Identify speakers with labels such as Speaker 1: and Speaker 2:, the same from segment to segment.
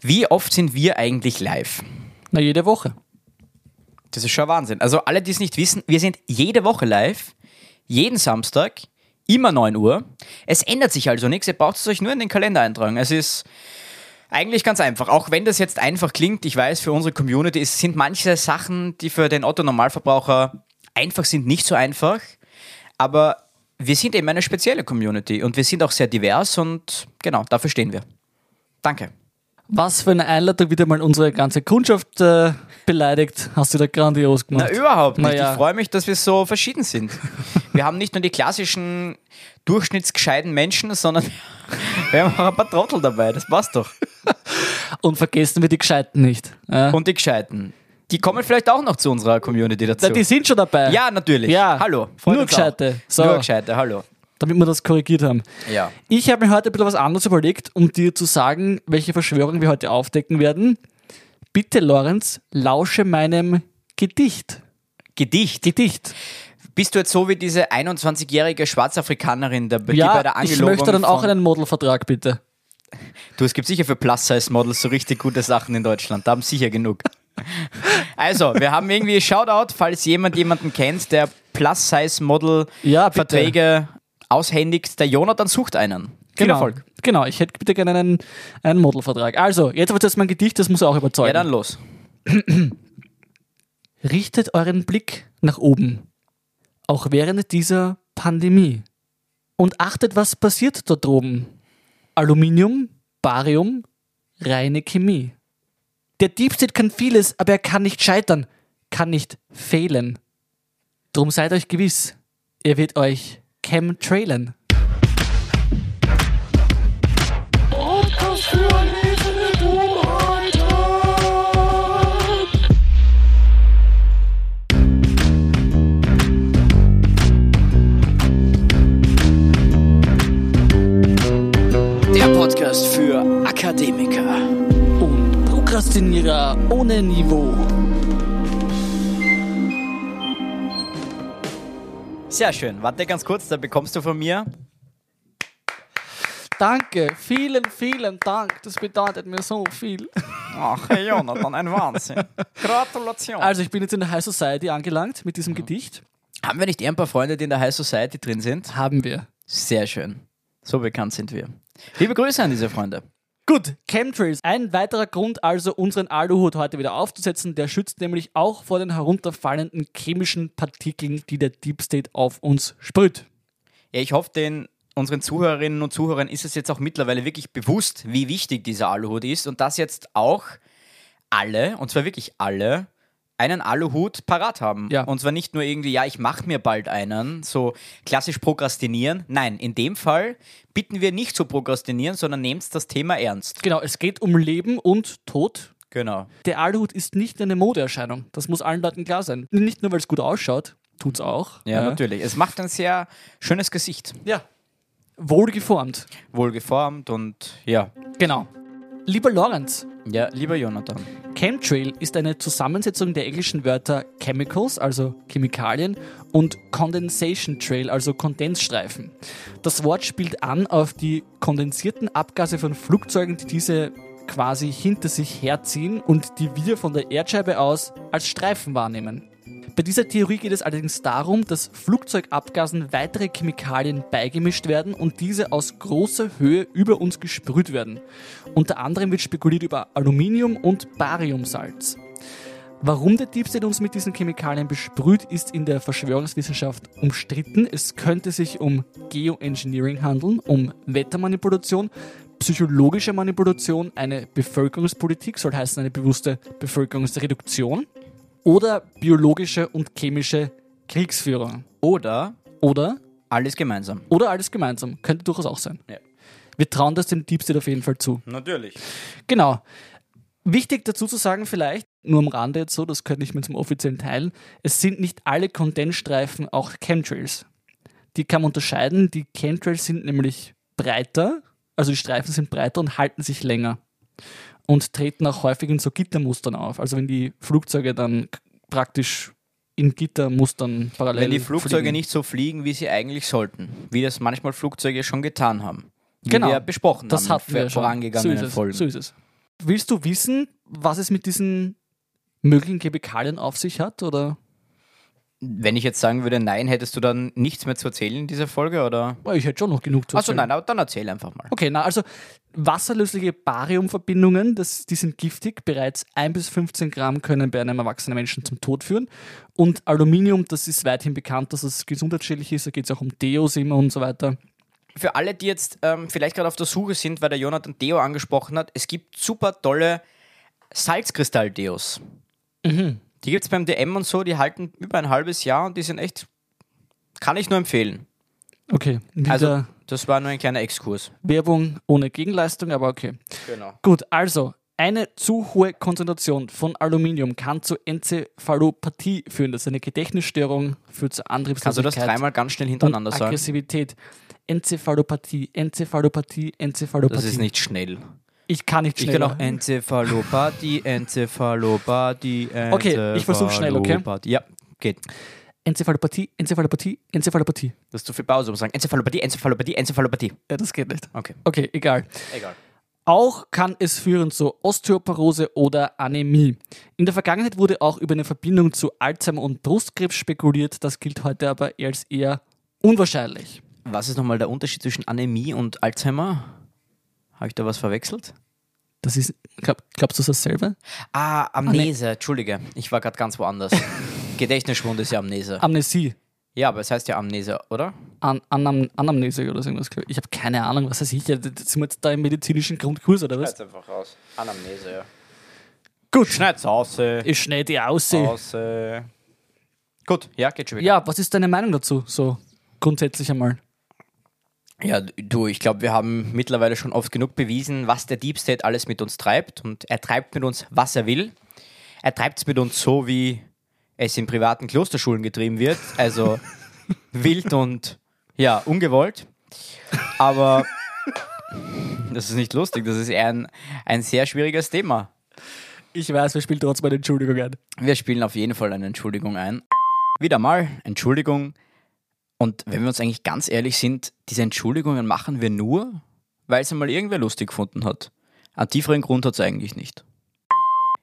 Speaker 1: Wie oft sind wir eigentlich live?
Speaker 2: Na, jede Woche.
Speaker 1: Das ist schon Wahnsinn. Also alle, die es nicht wissen, wir sind jede Woche live, jeden Samstag, immer 9 Uhr. Es ändert sich also nichts, ihr braucht es euch nur in den Kalender eintragen. Es ist eigentlich ganz einfach. Auch wenn das jetzt einfach klingt, ich weiß, für unsere Community es sind manche Sachen, die für den Otto-Normalverbraucher einfach sind, nicht so einfach. Aber wir sind eben eine spezielle Community und wir sind auch sehr divers und genau, dafür stehen wir. Danke.
Speaker 2: Was für eine Einladung wieder mal unsere ganze Kundschaft äh, beleidigt. Hast du da grandios gemacht.
Speaker 1: Na, überhaupt nicht.
Speaker 2: Naja.
Speaker 1: Ich freue mich, dass wir so verschieden sind. Wir haben nicht nur die klassischen durchschnittsgescheiten Menschen, sondern wir haben auch ein paar Trottel dabei. Das passt doch.
Speaker 2: Und vergessen wir die Gescheiten nicht. Ja.
Speaker 1: Und die Gescheiten. Die kommen vielleicht auch noch zu unserer Community dazu.
Speaker 2: Na, die sind schon dabei.
Speaker 1: ja, natürlich.
Speaker 2: Also. Ja.
Speaker 1: Hallo.
Speaker 2: Nur
Speaker 1: uns
Speaker 2: Gescheite.
Speaker 1: auch.
Speaker 2: So.
Speaker 1: Nur Gescheite, hallo.
Speaker 2: Damit wir das korrigiert haben.
Speaker 1: Ja.
Speaker 2: Ich habe mir heute ein bisschen was anderes überlegt, um dir zu sagen, welche Verschwörung wir heute aufdecken werden. Bitte, Lorenz, lausche meinem Gedicht.
Speaker 1: Gedicht.
Speaker 2: Gedicht.
Speaker 1: Bist du jetzt so wie diese 21-jährige Schwarzafrikanerin, der, die bei
Speaker 2: Ja,
Speaker 1: der
Speaker 2: ich
Speaker 1: Angelobung
Speaker 2: möchte dann auch
Speaker 1: von-
Speaker 2: einen Modelvertrag, bitte.
Speaker 1: Du, es gibt sicher für Plus-Size-Models so richtig gute Sachen in Deutschland. Da haben sicher genug. Also, wir haben irgendwie Shoutout, falls jemand jemanden kennt, der
Speaker 2: Ja, bitte.
Speaker 1: Plus-Size-Model-Verträge aushändigt. Der Jonathan sucht einen. Viel
Speaker 2: Genau.
Speaker 1: Erfolg.
Speaker 2: Genau, ich hätte bitte gerne einen, einen Modelvertrag. Also, jetzt aber zuerst mein Gedicht, das muss auch überzeugen.
Speaker 1: Ja, dann los.
Speaker 2: Richtet euren Blick nach oben, auch während dieser Pandemie. Und achtet, was passiert dort oben. Aluminium, Barium, reine Chemie. Der Dieb State kann vieles, aber er kann nicht scheitern, kann nicht fehlen. Drum seid euch gewiss, er wird euch chemtrailen.
Speaker 1: Der Podcast für Akademiker.
Speaker 2: Und Prokrastinierer ohne Niveau.
Speaker 1: Sehr schön. Warte ganz kurz, da bekommst du von mir.
Speaker 2: Danke, vielen, vielen Dank. Das bedeutet mir so viel.
Speaker 1: Ach, Herr Jonathan, ein Wahnsinn. Gratulation.
Speaker 2: Also, ich bin jetzt in der High Society angelangt mit diesem Gedicht.
Speaker 1: haben wir nicht eher ein paar Freunde, die in der High Society drin sind?
Speaker 2: Haben wir.
Speaker 1: Sehr schön. So bekannt sind wir. Liebe Grüße an diese Freunde.
Speaker 2: Gut, Chemtrails. Ein weiterer Grund also, unseren Aluhut heute wieder aufzusetzen. Der schützt nämlich auch vor den herunterfallenden chemischen Partikeln, die der Deep State auf uns sprüht.
Speaker 1: Ja, ich hoffe, den unseren Zuhörerinnen und Zuhörern ist es jetzt auch mittlerweile wirklich bewusst, wie wichtig dieser Aluhut ist und dass jetzt auch alle, und zwar wirklich alle, einen Aluhut parat haben.
Speaker 2: Ja.
Speaker 1: Und zwar nicht nur irgendwie, ja, ich mache mir bald einen, so klassisch prokrastinieren. Nein, in dem Fall bitten wir nicht zu prokrastinieren, sondern nehmt das Thema ernst.
Speaker 2: Genau, es geht um Leben und Tod.
Speaker 1: Genau.
Speaker 2: Der Aluhut ist nicht eine Modeerscheinung. Das muss allen Leuten klar sein. Nicht nur, weil es gut ausschaut, tut's auch.
Speaker 1: Ja, natürlich. Es macht ein sehr schönes Gesicht.
Speaker 2: Ja. Wohlgeformt.
Speaker 1: Wohlgeformt und ja.
Speaker 2: Genau. Lieber Lorenz,
Speaker 1: Ja, lieber Jonathan.
Speaker 2: Chemtrail ist eine Zusammensetzung der englischen Wörter Chemicals, also Chemikalien, und Condensation Trail, also Kondensstreifen. Das Wort spielt an auf die kondensierten Abgase von Flugzeugen, die diese quasi hinter sich herziehen und die wir von der Erdscheibe aus als Streifen wahrnehmen. Bei dieser Theorie geht es allerdings darum, dass Flugzeugabgasen weitere Chemikalien beigemischt werden und diese aus großer Höhe über uns gesprüht werden. Unter anderem wird spekuliert über Aluminium und Bariumsalz. Warum der Deep State uns mit diesen Chemikalien besprüht, ist in der Verschwörungswissenschaft umstritten. Es könnte sich um Geoengineering handeln, um Wettermanipulation, psychologische Manipulation, eine Bevölkerungspolitik, soll heißen eine bewusste Bevölkerungsreduktion, oder biologische und chemische Kriegsführung.
Speaker 1: Oder
Speaker 2: Oder,
Speaker 1: alles gemeinsam.
Speaker 2: oder alles gemeinsam. Könnte durchaus auch sein.
Speaker 1: Ja.
Speaker 2: Wir trauen das dem Deep State auf jeden Fall zu.
Speaker 1: Natürlich.
Speaker 2: Genau. Wichtig dazu zu sagen vielleicht, nur am Rande jetzt so, das könnte ich mir zum offiziellen teilen, es sind nicht alle Kondensstreifen auch Chemtrails. Die kann man unterscheiden, die Chemtrails sind nämlich breiter, also die Streifen sind breiter und halten sich länger und treten auch häufig in so Gittermustern auf, also wenn die Flugzeuge dann k- praktisch in Gittermustern parallel
Speaker 1: Wenn die Flugzeuge
Speaker 2: fliegen.
Speaker 1: nicht so fliegen, wie sie eigentlich sollten, wie das manchmal Flugzeuge schon getan haben. Wie
Speaker 2: Genau.
Speaker 1: wir besprochen
Speaker 2: das
Speaker 1: haben
Speaker 2: hatten wir
Speaker 1: in
Speaker 2: schon.
Speaker 1: vorangegangenen
Speaker 2: so ist es,
Speaker 1: Folgen.
Speaker 2: So ist es. Willst du wissen, was es mit diesen möglichen Chemikalien auf sich hat? Oder?
Speaker 1: Wenn ich jetzt sagen würde, nein, hättest du dann nichts mehr zu erzählen in dieser Folge oder?
Speaker 2: Oh, Ich hätte schon noch genug zu
Speaker 1: Achso,
Speaker 2: erzählen.
Speaker 1: Also nein, aber dann erzähl einfach mal.
Speaker 2: Okay, na, also wasserlösliche Bariumverbindungen, das, die sind giftig. Bereits 1 bis 15 Gramm können bei einem erwachsenen Menschen zum Tod führen. Und Aluminium, das ist weithin bekannt, dass es gesundheitsschädlich ist. Da geht es auch um Deos immer und so weiter.
Speaker 1: Für alle, die jetzt ähm, vielleicht gerade auf der Suche sind, weil der Jonathan Deo angesprochen hat, es gibt super tolle Salzkristall-Deos.
Speaker 2: Mhm.
Speaker 1: Die gibt es beim DM und so, die halten über ein halbes Jahr und die sind echt, kann ich nur empfehlen.
Speaker 2: Okay, wieder
Speaker 1: Also, das war nur ein kleiner Exkurs.
Speaker 2: Werbung ohne Gegenleistung, aber okay.
Speaker 1: Genau.
Speaker 2: Gut, also eine zu hohe Konzentration von Aluminium kann zu Enzephalopathie führen. Das ist eine Gedächtnisstörung, führt
Speaker 1: Kannst du
Speaker 2: zu
Speaker 1: das
Speaker 2: Antriebslosigkeit.
Speaker 1: Also, dreimal ganz schnell hintereinander
Speaker 2: und
Speaker 1: sagen?
Speaker 2: Aggressivität. Enzephalopathie, Enzephalopathie, Enzephalopathie.
Speaker 1: Das ist nicht schnell.
Speaker 2: Ich kann nicht
Speaker 1: Ich kann
Speaker 2: schneller.
Speaker 1: auch Enzephalopathie, Enzephalopathie,
Speaker 2: Okay, ich versuch schnell, okay?
Speaker 1: Enzephalopathie. Ja, geht.
Speaker 2: Enzephalopathie, Enzephalopathie, Enzephalopathie.
Speaker 1: Das ist zu viel Pause, um zu sagen Enzephalopathie, Enzephalopathie, Enzephalopathie.
Speaker 2: Ja, das geht nicht.
Speaker 1: Okay,
Speaker 2: Okay, egal.
Speaker 1: egal.
Speaker 2: Auch kann es führen zu Osteoporose oder Anämie. In der Vergangenheit wurde auch über eine Verbindung zu Alzheimer und Brustkrebs spekuliert. Das gilt heute aber als eher unwahrscheinlich.
Speaker 1: Was ist nochmal der Unterschied zwischen Anämie und Alzheimer? Habe ich da was verwechselt?
Speaker 2: Das ist, glaub, glaubst du das dasselbe?
Speaker 1: Ah, Amnese, Entschuldige. Ich war gerade ganz woanders. Gedächtnisschwund ist ja Amnese.
Speaker 2: Amnesie.
Speaker 1: Ja, aber es heißt ja Amnese, oder?
Speaker 2: An, Anam, Anamnese oder so irgendwas. glaub Ich Ich habe keine Ahnung, was das ist. Ja, das- Sind wir jetzt da im medizinischen Grundkurs oder was?
Speaker 1: einfach raus. Anamnese, ja.
Speaker 2: Gut.
Speaker 1: Schneid's raus. äh,
Speaker 2: Ich schneide die aus.
Speaker 1: raus, äh. Gut, ja, geht schon wieder.
Speaker 2: Ja, was ist deine Meinung dazu? So grundsätzlich einmal.
Speaker 1: Ja, du, ich glaube, wir haben mittlerweile schon oft genug bewiesen, was der Deep State alles mit uns treibt. Und er treibt mit uns, was er will. Er treibt es mit uns so, wie es in privaten Klosterschulen getrieben wird. Also wild und, ja, ungewollt. Aber das ist nicht lustig, das ist eher ein, ein sehr schwieriges Thema.
Speaker 2: Ich weiß, wir spielen trotzdem eine Entschuldigung ein.
Speaker 1: Wir spielen auf jeden Fall eine Entschuldigung ein. Wieder mal Entschuldigung. Und wenn wir uns eigentlich ganz ehrlich sind, diese Entschuldigungen machen wir nur, weil es einmal irgendwer lustig gefunden hat. Einen tieferen Grund hat es eigentlich nicht.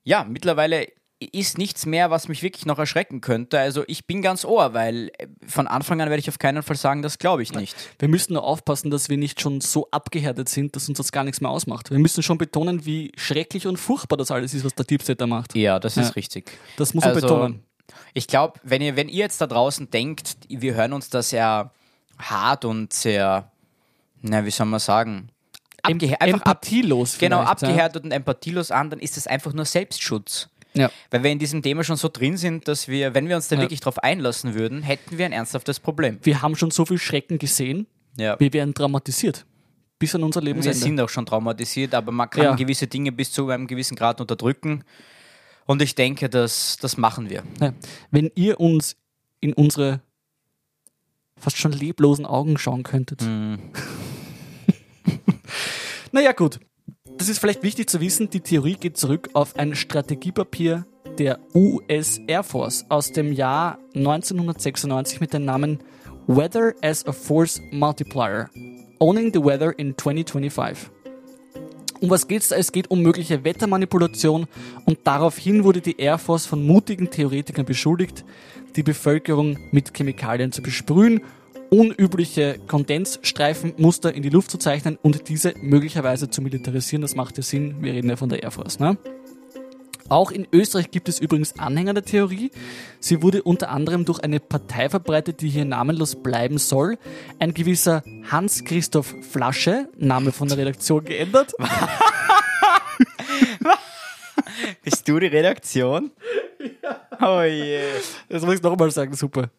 Speaker 1: Ja, mittlerweile ist nichts mehr, was mich wirklich noch erschrecken könnte. Also ich bin ganz ohr, weil äh, von Anfang an werde ich auf keinen Fall sagen, das glaube ich nicht.
Speaker 2: Wir müssen nur aufpassen, dass wir nicht schon so abgehärtet sind, dass uns das gar nichts mehr ausmacht. Wir müssen schon betonen, wie schrecklich und furchtbar das alles ist, was der Deep State da macht.
Speaker 1: Ja, das ist
Speaker 2: Ja.
Speaker 1: richtig.
Speaker 2: Das
Speaker 1: Also,
Speaker 2: muss man betonen.
Speaker 1: Ich glaube, wenn ihr, wenn ihr jetzt da draußen denkt, wir hören uns da sehr hart und sehr, na, wie soll man sagen,
Speaker 2: Em-
Speaker 1: abgehe einfach ab
Speaker 2: empathielos.
Speaker 1: genau,
Speaker 2: vielleicht,
Speaker 1: abgehärtet und empathielos an, dann ist das einfach nur Selbstschutz.
Speaker 2: Ja.
Speaker 1: Weil wir in diesem Thema schon so drin sind, dass wir, wenn wir uns da wirklich drauf einlassen würden, hätten wir ein ernsthaftes Problem.
Speaker 2: Wir haben schon so viel Schrecken gesehen,
Speaker 1: Ja.
Speaker 2: wir werden traumatisiert. Bis an unser
Speaker 1: Wir
Speaker 2: Lebensende.
Speaker 1: sind auch schon traumatisiert, aber man kann
Speaker 2: Ja.
Speaker 1: gewisse Dinge bis zu einem gewissen Grad unterdrücken. Und ich denke, das, das machen wir.
Speaker 2: Ja. Wenn ihr uns in unsere fast schon leblosen Augen schauen könntet.
Speaker 1: Mhm.
Speaker 2: naja, gut. Das ist vielleicht wichtig zu wissen, die Theorie geht zurück auf ein Strategiepapier der US Air Force aus dem Jahr 1996 mit dem Namen Weather as a Force Multiplier. Owning the Weather in 2025. Um was geht's da? Es geht um mögliche Wettermanipulation und daraufhin wurde die Air Force von mutigen Theoretikern beschuldigt, die Bevölkerung mit Chemikalien zu besprühen, unübliche Kondensstreifenmuster in die Luft zu zeichnen und diese möglicherweise zu militarisieren. Das macht ja Sinn, wir reden ja von der Air Force. Ne? Auch in Österreich gibt es übrigens Anhänger der Theorie. Sie wurde unter anderem durch eine Partei verbreitet, die hier namenlos bleiben soll. Ein gewisser Hans-Christoph Flasche, Name von der Redaktion geändert.
Speaker 1: Bist du die Redaktion? Oh je.
Speaker 2: Das muss ich nochmal sagen, super.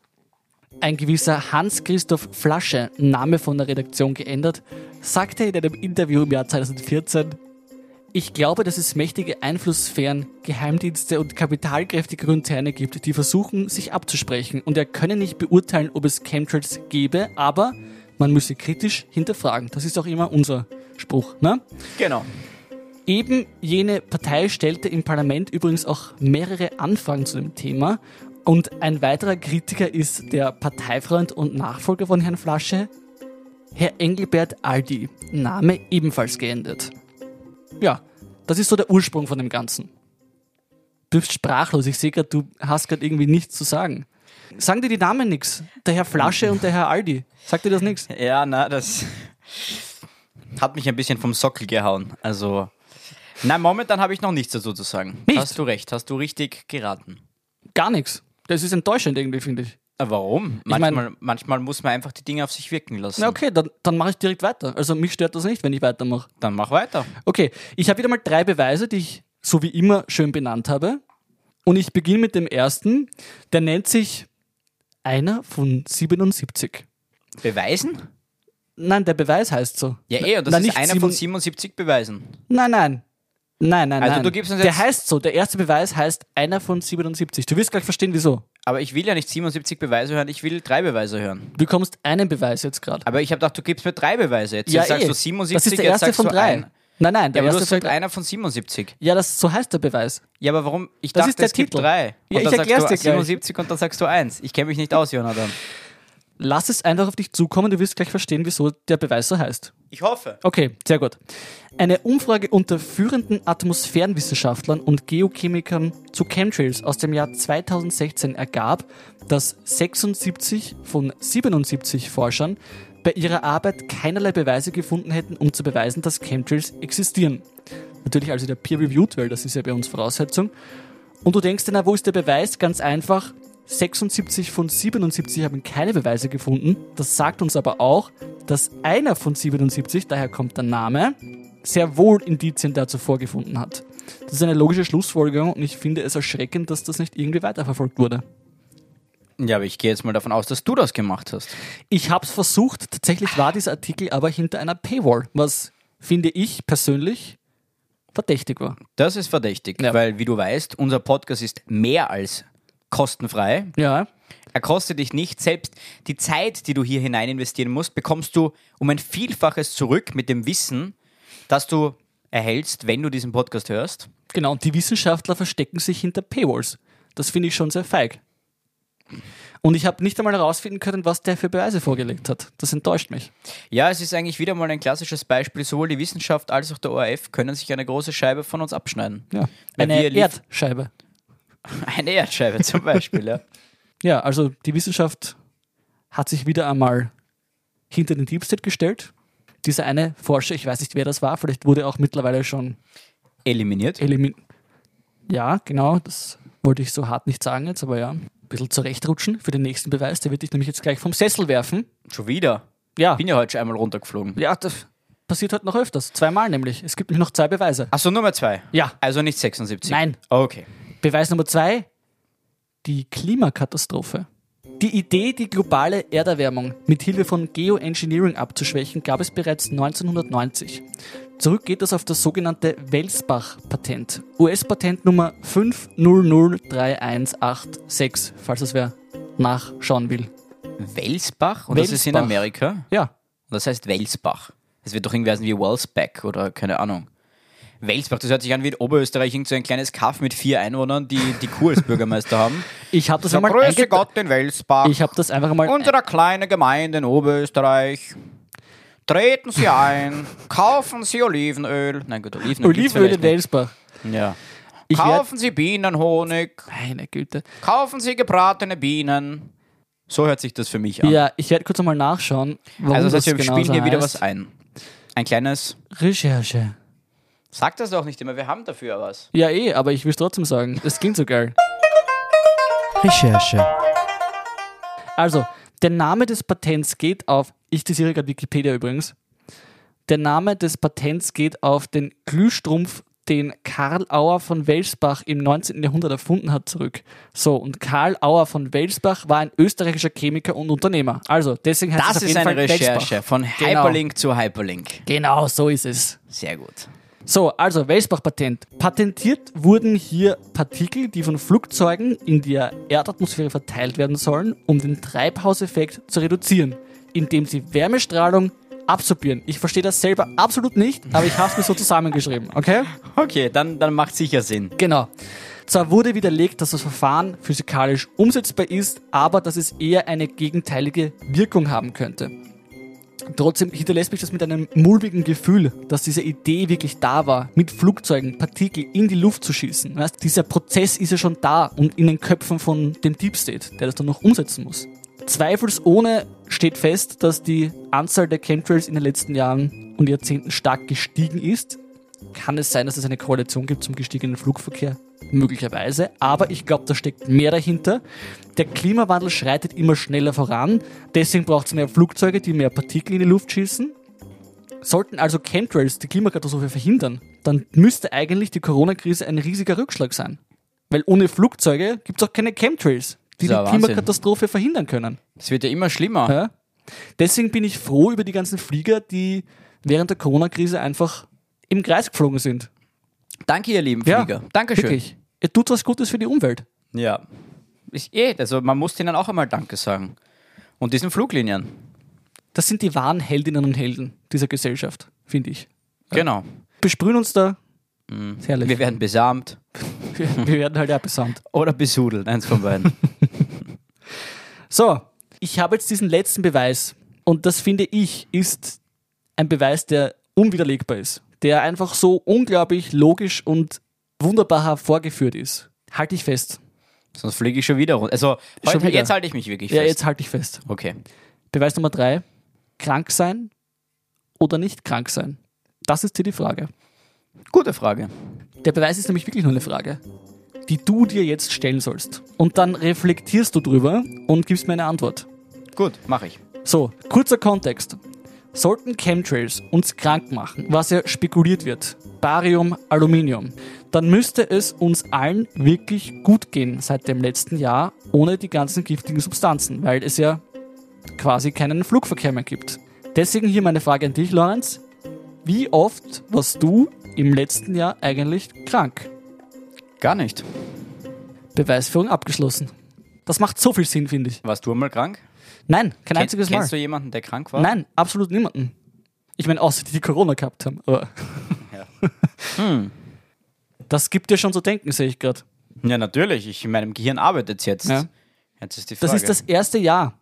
Speaker 2: Ein gewisser Hans-Christoph Flasche, Name von der Redaktion geändert, sagte in einem Interview im Jahr 2014, ich glaube, dass es mächtige Einflusssphären, Geheimdienste und kapitalkräftige Konzerne gibt, die versuchen, sich abzusprechen. Und er könne nicht beurteilen, ob es Chemtrails gäbe, aber man müsse kritisch hinterfragen. Das ist auch immer unser Spruch. Ne?
Speaker 1: Genau.
Speaker 2: Eben jene Partei stellte im Parlament übrigens auch mehrere Anfragen zu dem Thema. Und ein weiterer Kritiker ist der Parteifreund und Nachfolger von Herrn Flasche, Herr Engelbert Aldi. Name ebenfalls geändert. Ja, Das ist so der Ursprung von dem Ganzen. Du bist sprachlos. Ich sehe gerade, du hast gerade irgendwie nichts zu sagen. Sagen dir die Namen nichts. Der Herr Flasche und der Herr Aldi. Sagt dir das nichts?
Speaker 1: Ja, na, das hat mich ein bisschen vom Sockel gehauen. Also, nein, momentan habe ich noch nichts dazu zu sagen.
Speaker 2: Nicht?
Speaker 1: Hast du recht, hast du richtig geraten.
Speaker 2: Gar nichts. Das ist enttäuschend irgendwie, finde Äh, ich.
Speaker 1: Na, Warum?
Speaker 2: mein-
Speaker 1: Manchmal, manchmal muss man einfach die Dinge auf sich wirken lassen.
Speaker 2: Na okay, dann, dann mache ich direkt weiter. Also mich stört das nicht, wenn ich weitermache.
Speaker 1: Dann mach weiter.
Speaker 2: Okay, ich habe wieder mal drei Beweise, die ich so wie immer schön benannt habe. Und ich beginne mit dem ersten. Der nennt sich einer von 77.
Speaker 1: Beweisen?
Speaker 2: Nein, der Beweis heißt so.
Speaker 1: Ja, eh, und das
Speaker 2: Na,
Speaker 1: ist
Speaker 2: nicht
Speaker 1: einer von
Speaker 2: sieben-
Speaker 1: 77 Beweisen.
Speaker 2: Nein, nein. Nein, nein,
Speaker 1: Also
Speaker 2: nein.
Speaker 1: du gibst uns
Speaker 2: der
Speaker 1: jetzt-
Speaker 2: heißt so, der erste Beweis heißt einer von 77. Du wirst gleich verstehen, wieso.
Speaker 1: Aber ich will ja nicht 77 Beweise hören, ich will drei Beweise hören.
Speaker 2: Du bekommst einen Beweis jetzt gerade.
Speaker 1: Aber ich habe gedacht, du gibst mir drei Beweise. Jetzt
Speaker 2: Ja,
Speaker 1: Also sagst
Speaker 2: eh.
Speaker 1: du 77,
Speaker 2: das ist der
Speaker 1: jetzt
Speaker 2: erste
Speaker 1: sagst
Speaker 2: von
Speaker 1: du
Speaker 2: drei.
Speaker 1: ein. Ja,
Speaker 2: Nein, nein, der
Speaker 1: aber du
Speaker 2: erste
Speaker 1: hast
Speaker 2: von
Speaker 1: gesagt,
Speaker 2: drei.
Speaker 1: einer von 77.
Speaker 2: Ja, das, so heißt der Beweis.
Speaker 1: Ja, aber warum? Ich
Speaker 2: Das
Speaker 1: dachte,
Speaker 2: ist der
Speaker 1: es gibt
Speaker 2: Titel.
Speaker 1: drei.
Speaker 2: Ja,
Speaker 1: Und
Speaker 2: ich
Speaker 1: dann sagst
Speaker 2: erklär's
Speaker 1: du
Speaker 2: dir gleich.
Speaker 1: 77 und dann sagst du eins. Ich kenne mich nicht aus, Jonathan.
Speaker 2: Lass es einfach auf dich zukommen, du wirst gleich verstehen, wieso der Beweis so heißt.
Speaker 1: Ich hoffe.
Speaker 2: Okay, sehr gut. Eine Umfrage unter führenden Atmosphärenwissenschaftlern und Geochemikern zu Chemtrails aus dem Jahr 2016 ergab, dass 76 von 77 Forschern bei ihrer Arbeit keinerlei Beweise gefunden hätten, um zu beweisen, dass Chemtrails existieren. Natürlich also der Peer-Reviewed, weil das ist ja bei uns Voraussetzung. Und du denkst dir, na, wo ist der Beweis? Ganz einfach, 76 von 77 haben keine Beweise gefunden. Das sagt uns aber auch, dass einer von 77, daher kommt der Name, sehr wohl Indizien dazu vorgefunden hat. Das ist eine logische Schlussfolgerung und ich finde es erschreckend, dass das nicht irgendwie weiterverfolgt wurde.
Speaker 1: Ja, aber ich gehe jetzt mal davon aus, dass du das gemacht hast.
Speaker 2: Ich habe es versucht, tatsächlich war dieser Artikel aber hinter einer Paywall, was finde ich persönlich verdächtig war.
Speaker 1: Das ist verdächtig,
Speaker 2: Ja.
Speaker 1: weil, wie du weißt, unser Podcast ist mehr als kostenfrei.
Speaker 2: Ja,
Speaker 1: Er kostet dich nicht. Selbst die Zeit, die du hier hinein investieren musst, bekommst du um ein Vielfaches zurück mit dem Wissen, das du erhältst, wenn du diesen Podcast hörst.
Speaker 2: Genau, und die Wissenschaftler verstecken sich hinter Paywalls. Das finde ich schon sehr feig. Und ich habe nicht einmal herausfinden können, was der für Beweise vorgelegt hat. Das enttäuscht mich.
Speaker 1: Ja, es ist eigentlich wieder mal ein klassisches Beispiel. Sowohl die Wissenschaft als auch der ORF können sich eine große Scheibe von uns abschneiden.
Speaker 2: Ja.
Speaker 1: Weil
Speaker 2: Eine
Speaker 1: wir lief-
Speaker 2: Erdscheibe.
Speaker 1: Eine Erdscheibe zum Beispiel, ja.
Speaker 2: Ja, also die Wissenschaft hat sich wieder einmal hinter den Deep State gestellt. Dieser eine Forscher, ich weiß nicht, wer das war, vielleicht wurde er auch mittlerweile schon
Speaker 1: Eliminiert.
Speaker 2: eliminiert. Ja, genau, das wollte ich so hart nicht sagen jetzt, aber ja. Ein bisschen zurechtrutschen für den nächsten Beweis. Der wird dich nämlich jetzt gleich vom Sessel werfen.
Speaker 1: Schon wieder.
Speaker 2: Ja.
Speaker 1: Bin ja heute schon einmal runtergeflogen.
Speaker 2: Ja, das passiert heute noch öfters. Zweimal nämlich. Es gibt nämlich noch zwei Beweise.
Speaker 1: Achso, Nummer zwei.
Speaker 2: Ja,
Speaker 1: Also nicht 76.
Speaker 2: Nein.
Speaker 1: Okay.
Speaker 2: Beweis Nummer zwei. Die Klimakatastrophe. Die Idee, die globale Erderwärmung mit Hilfe von Geoengineering abzuschwächen, gab es bereits 1990. Zurück geht es auf das sogenannte Welsbach-Patent. US-Patent Nummer 5003186, falls es wer nachschauen will.
Speaker 1: Welsbach? Und das ist in
Speaker 2: Welsbach.
Speaker 1: Amerika?
Speaker 2: Ja,
Speaker 1: Das heißt Welsbach. Es wird doch irgendwie heißen wie Wellsback oder keine Ahnung. Welsbach, das hört sich an wie in Oberösterreich irgend so ein kleines Kaff mit vier Einwohnern, die die Kuh als Bürgermeister haben.
Speaker 2: ich habe das
Speaker 1: So,
Speaker 2: einmal
Speaker 1: grüße
Speaker 2: einge-
Speaker 1: Gott den Welsbach.
Speaker 2: Ich habe das einfach mal
Speaker 1: unserer kleinen Gemeinde in Oberösterreich. Treten Sie ein, kaufen Sie Olivenöl. Nein, gut, Olivenöl. gibt's
Speaker 2: Olivenöl in
Speaker 1: vielleicht
Speaker 2: Welsbach.
Speaker 1: nicht. Ja.
Speaker 2: Ich werd-
Speaker 1: Kaufen Sie Bienenhonig,
Speaker 2: Meine Güte.
Speaker 1: kaufen Sie gebratene Bienen. So hört sich das für mich an.
Speaker 2: Ja, ich werde kurz einmal nachschauen, warum
Speaker 1: also, das heißt,
Speaker 2: das
Speaker 1: wir
Speaker 2: genau
Speaker 1: spielen
Speaker 2: so
Speaker 1: hier wieder
Speaker 2: heißt.
Speaker 1: was ein. Ein kleines.
Speaker 2: Recherche.
Speaker 1: Sag das doch nicht immer, wir haben dafür was.
Speaker 2: Ja, eh, aber ich will es trotzdem sagen. Es klingt so geil.
Speaker 3: Recherche.
Speaker 2: Also, der Name des Patents geht auf, ich zitiere gerade Wikipedia übrigens, der Name des Patents geht auf den Glühstrumpf, den Karl Auer von Welsbach im 19. Jahrhundert erfunden hat, zurück. So, und Karl Auer von Welsbach war ein österreichischer Chemiker und Unternehmer. Also, deswegen heißt es
Speaker 1: Das
Speaker 2: auf
Speaker 1: ist
Speaker 2: jeden
Speaker 1: eine
Speaker 2: Fall
Speaker 1: Recherche
Speaker 2: Welsbach.
Speaker 1: von
Speaker 2: Genau.
Speaker 1: Hyperlink zu Hyperlink.
Speaker 2: Genau, so ist es.
Speaker 1: Sehr gut.
Speaker 2: So, also Welsbach-Patent. Patentiert wurden hier Partikel, die von Flugzeugen in der Erdatmosphäre verteilt werden sollen, um den Treibhauseffekt zu reduzieren, indem sie Wärmestrahlung absorbieren. Ich verstehe das selber absolut nicht, aber ich habe es mir so zusammengeschrieben, okay?
Speaker 1: Okay, dann, dann macht sicher Sinn.
Speaker 2: Genau. Zwar wurde widerlegt, dass das Verfahren physikalisch umsetzbar ist, aber dass es eher eine gegenteilige Wirkung haben könnte. Trotzdem hinterlässt mich das mit einem mulmigen Gefühl, dass diese Idee wirklich da war, mit Flugzeugen Partikel in die Luft zu schießen. Weißt, dieser Prozess ist ja schon da und in den Köpfen von dem Deep State, der das dann noch umsetzen muss. Zweifelsohne steht fest, dass die Anzahl der Chemtrails in den letzten Jahren und Jahrzehnten stark gestiegen ist. Kann es sein, dass es eine Korrelation gibt zum gestiegenen Flugverkehr? Möglicherweise, aber ich glaube, da steckt mehr dahinter. Der Klimawandel schreitet immer schneller voran, deswegen braucht es mehr Flugzeuge, die mehr Partikel in die Luft schießen. Sollten also Chemtrails die Klimakatastrophe verhindern, dann müsste eigentlich die Corona-Krise ein riesiger Rückschlag sein. Weil ohne Flugzeuge gibt es auch keine Chemtrails, die
Speaker 1: Ist ja
Speaker 2: die
Speaker 1: Wahnsinn.
Speaker 2: Klimakatastrophe verhindern können.
Speaker 1: Es wird ja immer schlimmer.
Speaker 2: Ja. Deswegen bin ich froh über die ganzen Flieger, die während der Corona-Krise einfach im Kreis geflogen sind.
Speaker 1: Danke, ihr lieben Flieger. Dankeschön.
Speaker 2: Wirklich. Ihr tut was Gutes für die Umwelt.
Speaker 1: Ja. Ist eh, also man muss denen auch einmal Danke sagen. Und diesen Fluglinien.
Speaker 2: Das sind die wahren Heldinnen und Helden dieser Gesellschaft, finde ich.
Speaker 1: Genau.
Speaker 2: Besprühen uns da. Ist herrlich.
Speaker 1: Wir werden besamt
Speaker 2: Mhm. Wir, wir werden halt ja besandt.
Speaker 1: oder besudelt, eins von beiden.
Speaker 2: So, ich habe jetzt diesen letzten Beweis. Und das finde ich, ist ein Beweis, der unwiderlegbar ist. Der einfach so unglaublich logisch und wunderbar hervorgeführt ist. Halte ich fest.
Speaker 1: Sonst fliege ich schon wieder runter. Also, heute,
Speaker 2: wieder.
Speaker 1: jetzt halte ich mich wirklich
Speaker 2: Ja,
Speaker 1: fest.
Speaker 2: jetzt halte ich fest.
Speaker 1: Okay.
Speaker 2: Beweis Nummer drei: Krank sein oder nicht krank sein? Das ist hier die Frage.
Speaker 1: Gute Frage.
Speaker 2: Der Beweis ist nämlich wirklich nur eine Frage, die du dir jetzt stellen sollst. Und dann reflektierst du drüber und gibst mir eine Antwort.
Speaker 1: Gut, mache ich.
Speaker 2: So, kurzer Kontext. Sollten Chemtrails uns krank machen, was ja spekuliert wird, Barium, Aluminium, dann müsste es uns allen wirklich gut gehen seit dem letzten Jahr ohne die ganzen giftigen Substanzen, weil es ja quasi keinen Flugverkehr mehr gibt. Deswegen hier meine Frage an dich, Lorenz. Wie oft warst du im letzten Jahr eigentlich krank?
Speaker 1: Gar nicht.
Speaker 2: Beweisführung abgeschlossen. Das macht so viel Sinn, finde ich.
Speaker 1: Warst du einmal krank?
Speaker 2: Nein, kein
Speaker 1: Ken-
Speaker 2: einziges Mal.
Speaker 1: Kennst du jemanden, der krank war?
Speaker 2: Nein, absolut niemanden. Ich meine, außer die, die Corona gehabt haben. Aber
Speaker 1: Hm.
Speaker 2: das gibt dir schon zu denken, sehe ich gerade.
Speaker 1: Ja, natürlich. Ich, in meinem Gehirn arbeitet es jetzt.
Speaker 2: Ja.
Speaker 1: Jetzt ist die Frage.
Speaker 2: Das ist das erste Jahr,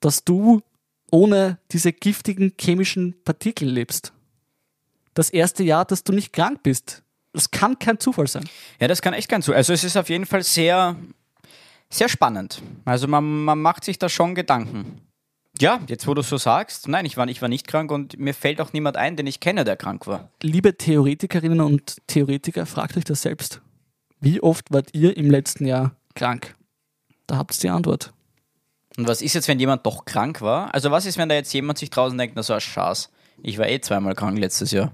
Speaker 2: dass du ohne diese giftigen chemischen Partikel lebst. Das erste Jahr, dass du nicht krank bist. Das kann kein Zufall sein.
Speaker 1: Ja, das kann echt ganz so. Also es ist auf jeden Fall sehr, sehr spannend. Also man, man macht sich da schon Gedanken. Ja, jetzt wo du so sagst, nein, ich war, ich war nicht krank und mir fällt auch niemand ein, den ich kenne, der krank war.
Speaker 2: Liebe Theoretikerinnen und Theoretiker, fragt euch das selbst. Wie oft wart ihr im letzten Jahr krank? Da habt ihr die Antwort.
Speaker 1: Und was ist jetzt, wenn jemand doch krank war? Also was ist, wenn da jetzt jemand sich draußen denkt, na so ein Schaß, ich war eh zweimal krank letztes Jahr.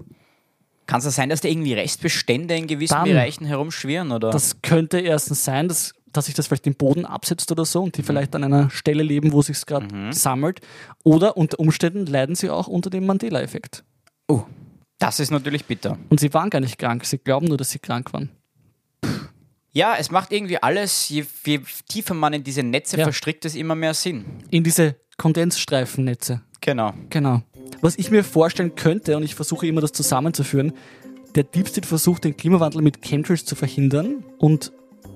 Speaker 1: Kann es sein, dass da irgendwie Restbestände in gewissen
Speaker 2: Dann-
Speaker 1: Bereichen herumschwirren? Oder?
Speaker 2: Das könnte erstens sein, dass, dass sich das vielleicht im Boden absetzt oder so und die vielleicht an einer Stelle leben, wo sich es gerade sammelt. Oder unter Umständen leiden sie auch unter dem Mandela-Effekt.
Speaker 1: oh, das ist natürlich bitter.
Speaker 2: Und sie waren gar nicht krank, sie glauben nur, dass sie krank waren.
Speaker 1: Ja, es macht irgendwie alles, je, je tiefer man in diese Netze
Speaker 2: Ja.
Speaker 1: verstrickt ist, immer mehr Sinn.
Speaker 2: In diese Kondensstreifennetze.
Speaker 1: Genau.
Speaker 2: Genau. Was ich mir vorstellen könnte, und ich versuche immer das zusammenzuführen, der Deep State versucht, den Klimawandel mit Chemtrails zu verhindern. Und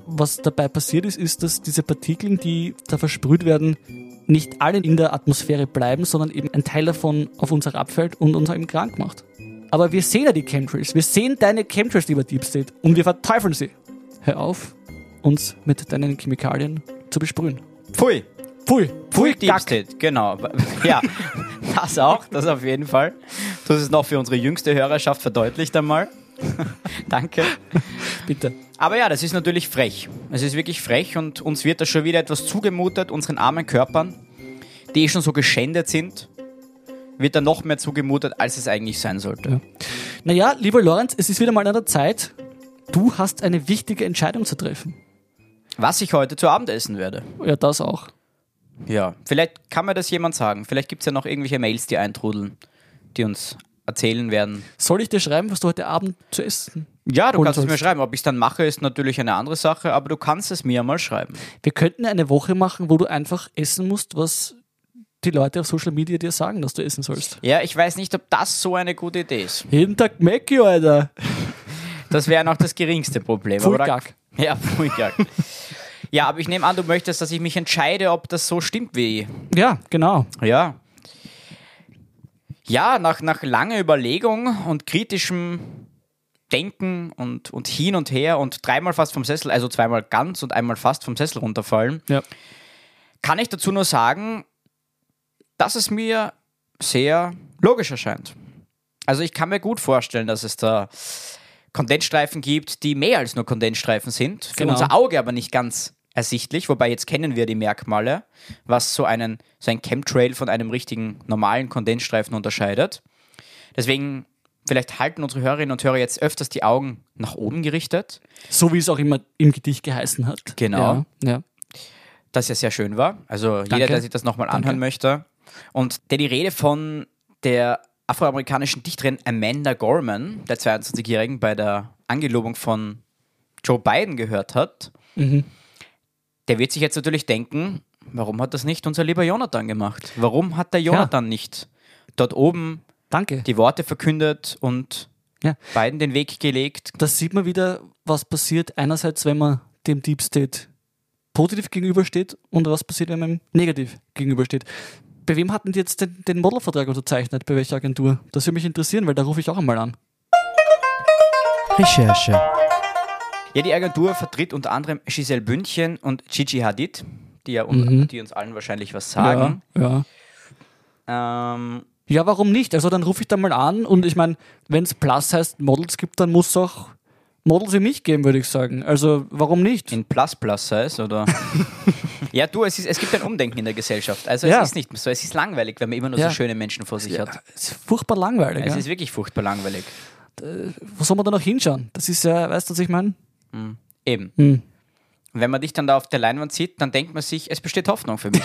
Speaker 2: was dabei passiert ist, ist, dass diese Partikel, die da versprüht werden, nicht alle in der Atmosphäre bleiben, sondern eben ein Teil davon auf uns herabfällt und uns eben krank macht. Aber wir sehen ja die Chemtrails. Wir sehen deine Chemtrails, lieber Deep State, und wir verteufeln sie. Hör auf, uns mit deinen Chemikalien zu besprühen.
Speaker 1: Pfui.
Speaker 2: Pfui,
Speaker 1: Pfui Deep
Speaker 2: Gack.
Speaker 1: State, genau. Ja, das auch, das auf jeden Fall. Du hast es noch für unsere jüngste Hörerschaft verdeutlicht einmal. Danke.
Speaker 2: Bitte.
Speaker 1: Aber ja, das ist natürlich frech. Es ist wirklich frech und uns wird da schon wieder etwas zugemutet, unseren armen Körpern, die eh schon so geschändet sind, wird da noch mehr zugemutet, als es eigentlich sein sollte.
Speaker 2: Naja, lieber Lorenz, es ist wieder mal an der Zeit. Du hast eine wichtige Entscheidung zu treffen.
Speaker 1: Was ich heute zu Abend essen werde.
Speaker 2: Ja, das auch.
Speaker 1: Ja, vielleicht kann mir das jemand sagen. Vielleicht gibt es ja noch irgendwelche Mails, die eintrudeln, die uns erzählen werden,
Speaker 2: Soll ich dir schreiben, was du heute Abend zu essen?
Speaker 1: Ja, du
Speaker 2: holen
Speaker 1: kannst es mir
Speaker 2: sollst.
Speaker 1: schreiben. Ob ich es dann mache, ist natürlich eine andere Sache, aber du kannst es mir mal schreiben.
Speaker 2: Wir könnten eine Woche machen, wo du einfach essen musst, was die Leute auf Social Media dir sagen, dass du essen sollst.
Speaker 1: Ja, ich weiß nicht, ob das so eine gute Idee ist.
Speaker 2: Jeden Tag Mackie, Alter.
Speaker 1: Das wäre noch das geringste Problem.
Speaker 2: Voll
Speaker 1: aber da-
Speaker 2: gack.
Speaker 1: Ja, Pulgag. ja, aber ich nehme an, du möchtest, dass ich mich entscheide, ob das so stimmt wie.
Speaker 2: Ja, genau.
Speaker 1: Ja. Ja, nach, nach langer Überlegung und kritischem Denken und, und hin und her und dreimal fast vom Sessel, also zweimal ganz und einmal fast vom Sessel runterfallen,
Speaker 2: Ja.
Speaker 1: kann ich dazu nur sagen, dass es mir sehr logisch erscheint. Also ich kann mir gut vorstellen, dass es da Kondensstreifen gibt, die mehr als nur Kondensstreifen sind, für
Speaker 2: Genau.
Speaker 1: unser Auge aber nicht ganz ersichtlich, wobei jetzt kennen wir die Merkmale, was so, einen, so ein Chemtrail von einem richtigen normalen Kondensstreifen unterscheidet. Deswegen, vielleicht halten unsere Hörerinnen und Hörer jetzt öfters die Augen nach oben gerichtet,
Speaker 2: So wie es auch immer im Gedicht geheißen hat.
Speaker 1: Genau.
Speaker 2: Ja. ja.
Speaker 1: das ja sehr schön war. Also jeder, der sich das nochmal anhören
Speaker 2: Danke.
Speaker 1: möchte. Und der die Rede von der afroamerikanischen Dichterin Amanda Gorman, der 22-Jährigen, bei der Angelobung von Joe Biden gehört hat,
Speaker 2: Mhm.
Speaker 1: der wird sich jetzt natürlich denken, warum hat das nicht unser lieber Jonathan gemacht? Warum hat der Jonathan nicht dort oben
Speaker 2: Danke.
Speaker 1: die Worte verkündet und
Speaker 2: Ja.
Speaker 1: Biden den Weg gelegt?
Speaker 2: Das sieht man wieder, was passiert einerseits, wenn man dem Deep State positiv gegenübersteht und was passiert, wenn man ihm negativ gegenübersteht. Bei wem hatten die jetzt den, den Modelvertrag unterzeichnet? Bei welcher Agentur? Das würde mich interessieren, weil da rufe ich auch einmal an.
Speaker 3: Recherche.
Speaker 1: Ja, die Agentur vertritt unter anderem Giselle Bündchen und Gigi Hadid, die ja un-
Speaker 2: Mhm.
Speaker 1: die uns allen wahrscheinlich was sagen.
Speaker 2: Ja, ja.
Speaker 1: Ähm,
Speaker 2: Ja, warum nicht? Also dann rufe ich da mal an und ich meine, wenn es Plus heißt Models gibt, dann muss es auch Models wie mich geben, würde ich sagen. Also warum nicht?
Speaker 1: in Plus Plus Size oder? ja, du, es, ist, es gibt ein Umdenken in der Gesellschaft. Also
Speaker 2: Ja.
Speaker 1: es ist nicht mehr so. Es ist langweilig, wenn man immer nur
Speaker 2: Ja.
Speaker 1: so schöne Menschen vor sich hat.
Speaker 2: Es ist furchtbar langweilig.
Speaker 1: Es
Speaker 2: ja.
Speaker 1: ist wirklich furchtbar langweilig.
Speaker 2: Wo soll man da noch hinschauen? Das ist ja, weißt du, was ich meine?
Speaker 1: Eben.
Speaker 2: Hm.
Speaker 1: Und wenn man dich dann da auf der Leinwand sieht, dann denkt man sich, es besteht Hoffnung für mich.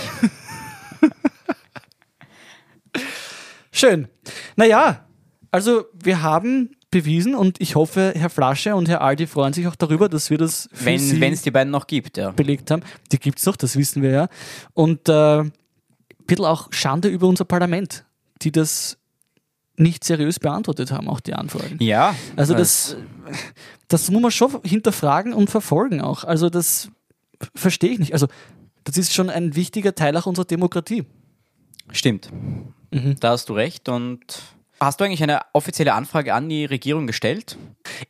Speaker 2: Schön. Naja, also wir haben bewiesen und ich hoffe, Herr Flasche und Herr Aldi freuen sich auch darüber, dass wir das für Sie
Speaker 1: wenn es die beiden noch gibt, ja.
Speaker 2: belegt haben. Die gibt es doch, das wissen wir ja. Und äh, ein bisschen auch Schande über unser Parlament, die das nicht seriös beantwortet haben, auch die Anfragen.
Speaker 1: Ja. äh,
Speaker 2: Also das, das muss man schon hinterfragen und verfolgen auch. Also das verstehe ich nicht. Also das ist schon ein wichtiger Teil auch unserer Demokratie.
Speaker 1: Stimmt.
Speaker 2: Mhm.
Speaker 1: Da hast du recht. Und hast du eigentlich eine offizielle Anfrage an die Regierung gestellt?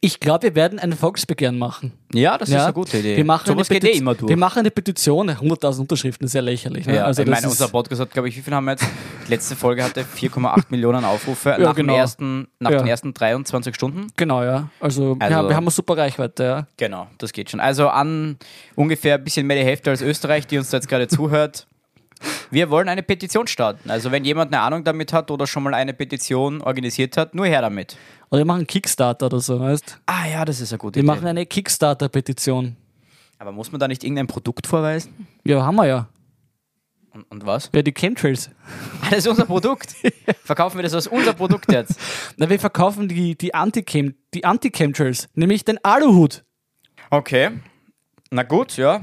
Speaker 2: Ich glaube, wir werden ein Volksbegehren machen.
Speaker 1: Ja, das ist
Speaker 2: Ja,
Speaker 1: eine gute Idee.
Speaker 2: Wir machen,
Speaker 1: Sowas
Speaker 2: eine
Speaker 1: geht eh
Speaker 2: Peti-
Speaker 1: immer durch.
Speaker 2: wir machen eine Petition, 100.000 Unterschriften, ist ja lächerlich. Ne?
Speaker 1: ja,
Speaker 2: also
Speaker 1: ich
Speaker 2: das
Speaker 1: meine,
Speaker 2: ist-
Speaker 1: unser Podcast hat, glaube ich, wie viel haben wir jetzt? Die letzte Folge hatte 4,8 Millionen Aufrufe nach,
Speaker 2: genau.
Speaker 1: dem ersten, nach
Speaker 2: Ja.
Speaker 1: den ersten 23 Stunden.
Speaker 2: genau, ja. Also, wir
Speaker 1: Also-
Speaker 2: haben- wir haben eine super Reichweite. Ja.
Speaker 1: Genau, das geht schon. Also an ungefähr ein bisschen mehr die Hälfte als Österreich, die uns da jetzt gerade zuhört. Wir wollen eine Petition starten. Also wenn jemand eine Ahnung damit hat oder schon mal eine Petition organisiert hat, nur her damit.
Speaker 2: Oder wir machen Kickstarter oder so, weißt
Speaker 1: Ah ja, das ist eine gute
Speaker 2: Wir
Speaker 1: Idee.
Speaker 2: machen eine Kickstarter-Petition.
Speaker 1: Aber muss man da nicht irgendein Produkt vorweisen?
Speaker 2: Ja, haben wir ja.
Speaker 1: Und, und was?
Speaker 2: Ja, die Chemtrails.
Speaker 1: Ah, das ist unser Produkt. Verkaufen wir das als unser Produkt jetzt.
Speaker 2: Na, wir verkaufen die, die Anti-Chem, die Anti-Chemtrails, nämlich den Aluhut.
Speaker 1: Okay. Na gut, ja.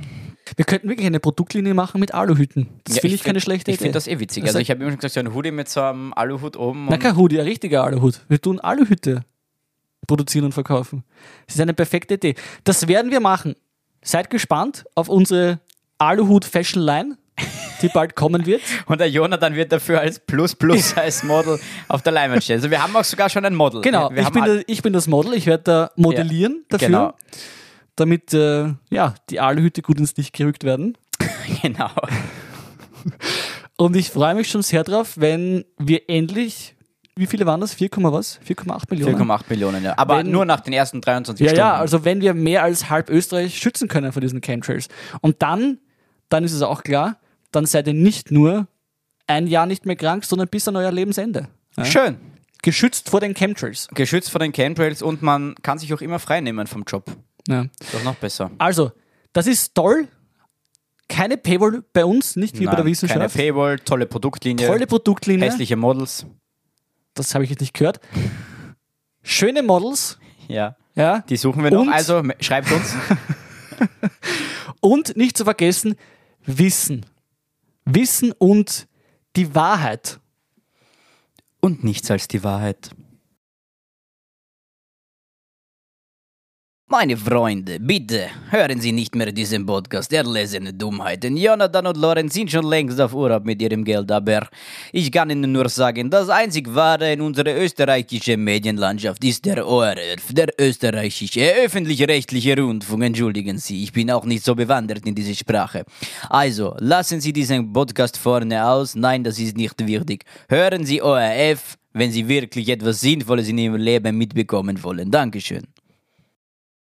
Speaker 2: Wir könnten wirklich eine Produktlinie machen mit Aluhüten. Das
Speaker 1: Ja,
Speaker 2: finde ich, keine schlechte
Speaker 1: Ich
Speaker 2: Idee.
Speaker 1: finde das eh witzig. Also ich habe immer schon gesagt, so ein Hoodie mit so einem Aluhut oben.
Speaker 2: Na,
Speaker 1: Und
Speaker 2: kein Hoodie, ein richtiger Aluhut. Wir tun Aluhüte produzieren und verkaufen. Das ist eine perfekte Idee. Das werden wir machen. Seid gespannt auf unsere Aluhut-Fashion-Line, die bald kommen wird.
Speaker 1: und der Jonathan wird dafür als Plus-Plus-Size-Model auf der Leinwand stehen. Also wir haben auch sogar schon ein Model.
Speaker 2: Genau,
Speaker 1: wir, wir
Speaker 2: ich,
Speaker 1: haben
Speaker 2: bin
Speaker 1: alle-
Speaker 2: da, ich bin das Model, ich werde da modellieren dafür,
Speaker 1: Genau.
Speaker 2: damit äh, ja, die Aluhüte gut ins Licht gerückt werden.
Speaker 1: Genau.
Speaker 2: Und ich freue mich schon sehr drauf, wenn wir endlich, wie viele waren das? 4, was? 4,8 Millionen?
Speaker 1: 4,8 Millionen, ja. Aber
Speaker 2: Wenn-
Speaker 1: nur nach den ersten 23
Speaker 2: Ja,
Speaker 1: Stunden.
Speaker 2: ja, also wenn wir mehr als halb Österreich schützen können vor diesen Chemtrails. Und dann, dann ist es auch klar, dann seid ihr nicht nur ein Jahr nicht mehr krank, sondern bis an euer Lebensende. Ja?
Speaker 1: Schön.
Speaker 2: Geschützt vor den Chemtrails.
Speaker 1: Geschützt vor den Chemtrails und man kann sich auch immer frei nehmen vom Job.
Speaker 2: Ja.
Speaker 1: Ist Doch noch besser.
Speaker 2: Also, das ist toll. Keine Paywall bei uns, nicht wie bei der
Speaker 1: Nein, Keine
Speaker 2: Wissenschaft.
Speaker 1: Paywall, tolle Produktlinie,
Speaker 2: Tolle Produktlinie.
Speaker 1: hässliche Models.
Speaker 2: Das habe ich jetzt nicht gehört. Schöne Models.
Speaker 1: Ja.
Speaker 2: Ja.
Speaker 1: Die suchen wir noch.
Speaker 2: Und-
Speaker 1: Also m- schreibt uns.
Speaker 2: Und nicht zu vergessen, Wissen. Wissen und die Wahrheit.
Speaker 1: und nichts als die Wahrheit. Meine Freunde, bitte hören Sie nicht mehr diesen Podcast der lesene Dummheiten. Jonathan und Lorenz sind schon längst auf Urlaub mit ihrem Geld, aber ich kann Ihnen nur sagen, das einzig wahre in unserer österreichischen Medienlandschaft ist der ORF, der österreichische öffentlich-rechtliche Rundfunk. Entschuldigen Sie, ich bin auch nicht so bewandert in diese Sprache. Also, lassen Sie diesen Podcast vorne aus. Nein, das ist nicht wichtig. Hören Sie ORF, wenn Sie wirklich etwas Sinnvolles in Ihrem Leben mitbekommen wollen. Dankeschön.